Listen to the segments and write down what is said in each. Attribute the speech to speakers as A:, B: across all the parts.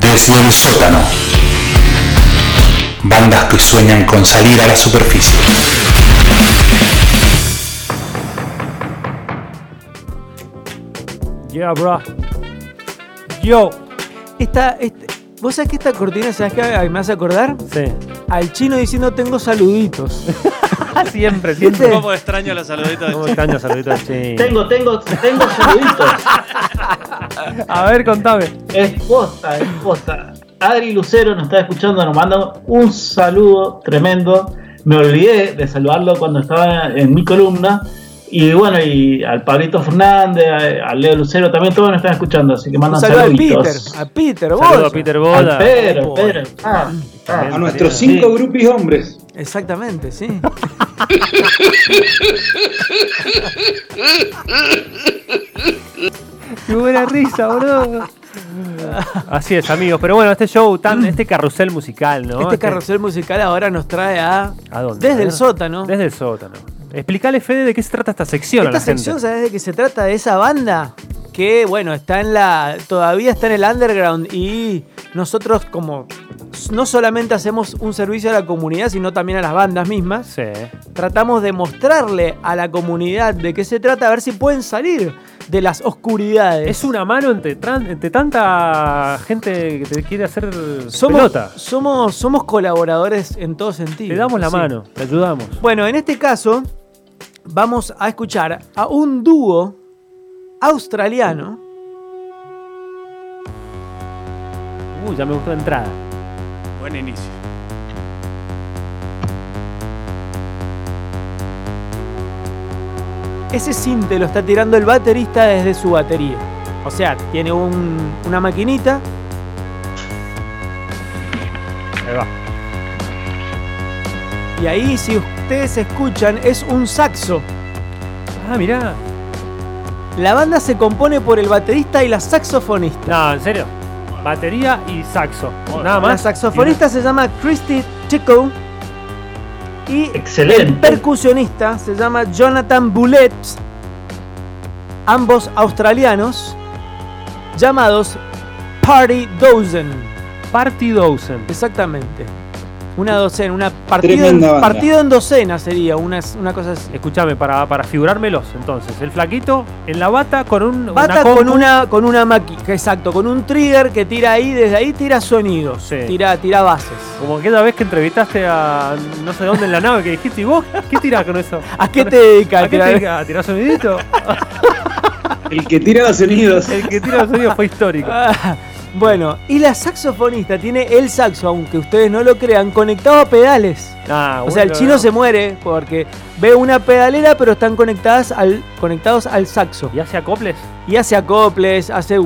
A: desde el sótano. Bandas que sueñan con salir a la superficie.
B: Yeah, bro. Yo.
C: Esta, este- ¿Vos sabés que esta cortina, sabés que me hace acordar?
B: Sí.
C: Al chino diciendo tengo saluditos.
B: siempre,
C: siempre.
D: ¿Cómo extraño los saluditos?
B: ¿Cómo extraño saludito al chino?
E: Tengo, tengo, tengo saluditos.
B: A ver, contame.
E: Es posta, es posta. Adri Lucero nos está escuchando, nos manda un saludo tremendo. Me olvidé de saludarlo cuando estaba en mi columna. Y bueno, y al Pablito Fernández, a- al Leo Lucero, también todos nos están escuchando, así que
C: Un
E: mandan
C: saludo a Peter.
E: saluditos.
C: A Peter, vos.
B: Saludo a Peter Boda.
E: Al Pedro, Pedro. Ah, ah.
A: A nuestros cinco grupis hombres.
C: Exactamente, sí.
B: Qué buena risa, boludo. Así es, amigos. Pero bueno, este show, tan, este carrusel musical, ¿no?
C: Mm. Este carrusel musical ahora nos trae a.
B: ¿A dónde?
C: Desde
B: A
C: el
B: ver.
C: sótano.
B: Desde el sótano. Explicale, Fede, de qué se trata esta sección a
C: Esta
B: la gente.
C: sección, ¿sabés de qué se trata? De esa banda que, bueno, está en la. todavía está en el underground y nosotros, como. no solamente hacemos un servicio a la comunidad, sino también a las bandas mismas.
B: Sí.
C: Tratamos de mostrarle a la comunidad de qué se trata, a ver si pueden salir de las oscuridades.
B: Es una mano entre, tran- entre tanta gente que te quiere hacer
C: somos,
B: pelota.
C: somos, somos colaboradores en todo sentido.
B: Te damos la
C: Sí.
B: mano, te ayudamos.
C: Bueno, en este caso vamos a escuchar a un dúo australiano.
B: Uy, ya me gustó la entrada.
D: Buen inicio.
C: Ese cinte lo está tirando el baterista desde su batería. O sea, tiene un- una maquinita.
B: Ahí va.
C: Y ahí, si ustedes escuchan, es un saxo.
B: Ah, mirá.
C: La banda se compone por el baterista y la saxofonista.
B: No, en serio. Batería y saxo. Nada
C: La
B: más.
C: saxofonista se llama Christy Chico. Y el
E: Excelente.
C: percusionista se llama Jonathan Bullet. Ambos australianos. Llamados Party Dozen.
B: Party Dozen.
C: Exactamente. Una docena, una partida en,
A: Tremenda banda.
C: partido en docena sería, una, una cosa así.
B: Escúchame, para, para figurármelos entonces. El flaquito en la bata con un. una
C: Bata
B: compu.
C: con una con una maqui- exacto, con un trigger que tira ahí, desde ahí tira sonidos,
B: Sí.
C: tira, tira bases.
B: Como aquella vez que entrevistaste a no sé dónde en la nave que dijiste, ¿y vos qué tirás con eso?
C: ¿A qué te dedicas?
B: ¿A qué te dedicas? Ah, ¿A tirar sonidito?
A: El que tira los sonidos.
B: El que tira los sonidos fue histórico.
C: Ah, bueno, y la saxofonista tiene el saxo, aunque ustedes no lo crean, conectado a pedales.
B: Ah,
C: O sea, el
B: bueno,
C: chino
B: no.
C: se muere porque ve una pedalera, pero están conectadas al, conectados al saxo.
B: ¿Y hace acoples?
C: Y hace acoples, hace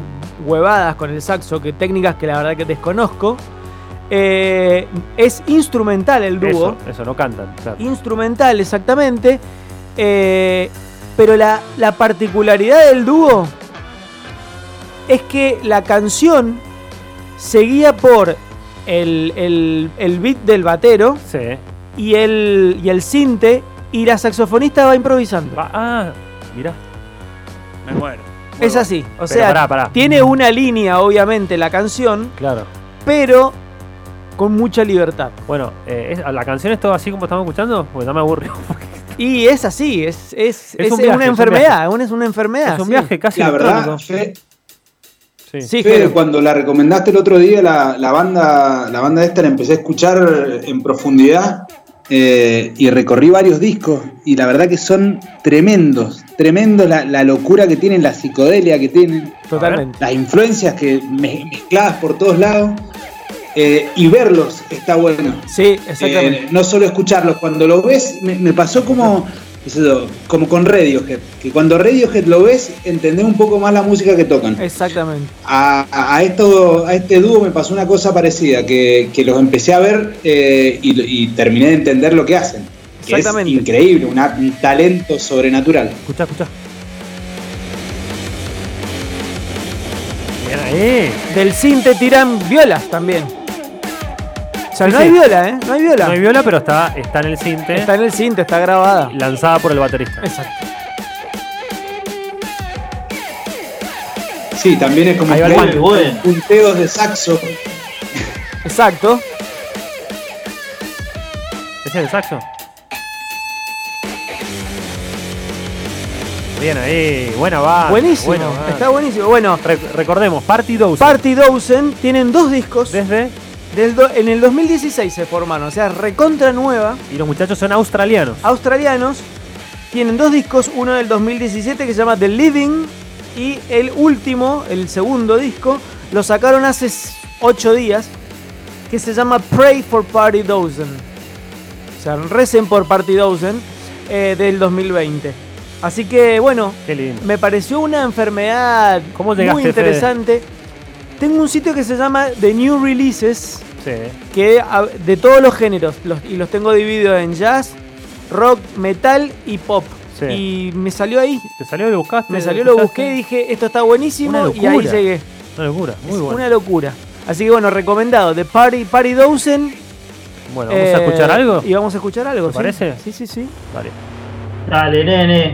C: huevadas con el saxo, que técnicas que la verdad que desconozco. Eh, es instrumental el dúo.
B: Eso, eso, no cantan. claro.
C: Instrumental, exactamente. Eh, pero la, la particularidad del dúo es que la canción seguía por el, el- el beat del batero
B: Sí.
C: y el, y el cinte y la saxofonista va improvisando.
B: Va- ah, mirá.
D: Me muero. Muy
C: es
D: bueno.
C: así. O
B: Pero
C: sea,
B: pará, pará.
C: tiene una línea, obviamente, la canción,
B: Claro.
C: pero con mucha libertad.
B: Bueno, eh, es- la canción es todo así como estamos escuchando, porque ya me aburrió.
C: Y es así, es, es,
B: Es
C: es
B: un viaje, es
C: una
B: un
C: enfermedad, es una enfermedad.
B: es un
C: Ah, sí.
B: viaje casi
F: La verdad,
B: electrónico.
F: Fe,
B: Sí.
C: Sí,
F: Fede,
C: Jero.
F: cuando la recomendaste el otro día, la, la banda la banda esta la empecé a escuchar en profundidad eh, y recorrí varios discos. Y la verdad que son tremendos, tremendos la, la locura que tienen, la psicodelia que tienen,
C: totalmente.
F: las influencias que me- mezcladas por todos lados. eh, y verlos está bueno.
C: Sí, exactamente.
F: Eh, no solo escucharlos, cuando lo ves, me, me pasó como, qué sé yo, como con Radiohead, que cuando Radiohead lo ves, entendés un poco más la música que tocan.
C: Eh. Exactamente.
F: A, a- a esto, a este dúo me pasó una cosa parecida, que, que los empecé a ver eh, y, y terminé de entender lo que hacen. que es
C: Exactamente.
F: increíble, una- un talento sobrenatural.
B: Escuchá, escuchá. Bien ahí.
C: Del cinte tiran violas también. O sea,
B: Sí,
C: no hay
B: sí.
C: viola, ¿eh? No hay viola.
B: No hay viola, pero está, está en el cinte,
C: Está en el cinte, está grabada.
B: lanzada por el baterista.
C: Exacto.
F: Sí, también es como
B: Ahí va
F: que
B: el
F: hay
B: pan.
F: punteos de saxo
C: Exacto.
B: ¿Ese es el saxo? Bien ahí, buena va.
C: buenísimo.
B: buena banda.
C: está buenísimo. Bueno,
B: Re- recordemos, Party 2.
C: Party Dozen tienen dos discos.
B: Desde.
C: Del do- en el 2016 se formaron, o sea, recontra nueva.
B: Y los muchachos son australianos.
C: Australianos. Tienen dos discos, uno del 2017 que se llama The Living y el último, el segundo disco, lo sacaron hace 8 días, que se llama Pray for Party Dozen. O sea, recen por Party Dozen eh, del 2020. Así que bueno,
B: Qué lindo.
C: me pareció una enfermedad
B: ¿Cómo
C: muy
B: llegaste,
C: interesante. Tengo un sitio que se llama The New Releases,
B: Sí. ¿eh?
C: que a- de todos los géneros, los- y los tengo divididos en jazz, rock, metal y pop.
B: Sí.
C: Y me salió ahí,
B: ¿Te salió lo buscaste?
C: me salió, lo
B: escuchaste?
C: busqué, dije, esto está buenísimo
B: Una
C: y ahí
B: locura.
C: llegué.
B: Una locura, muy
C: es
B: bueno.
C: una locura. Así que bueno, recomendado, The Party, Party Dozen.
B: Bueno, ¿vamos a
C: eh,
B: escuchar algo?
C: Y vamos a escuchar algo,
B: ¿Te
C: ¿sí?
B: parece?
C: Sí, sí, sí.
B: Vale.
E: Dale, nene.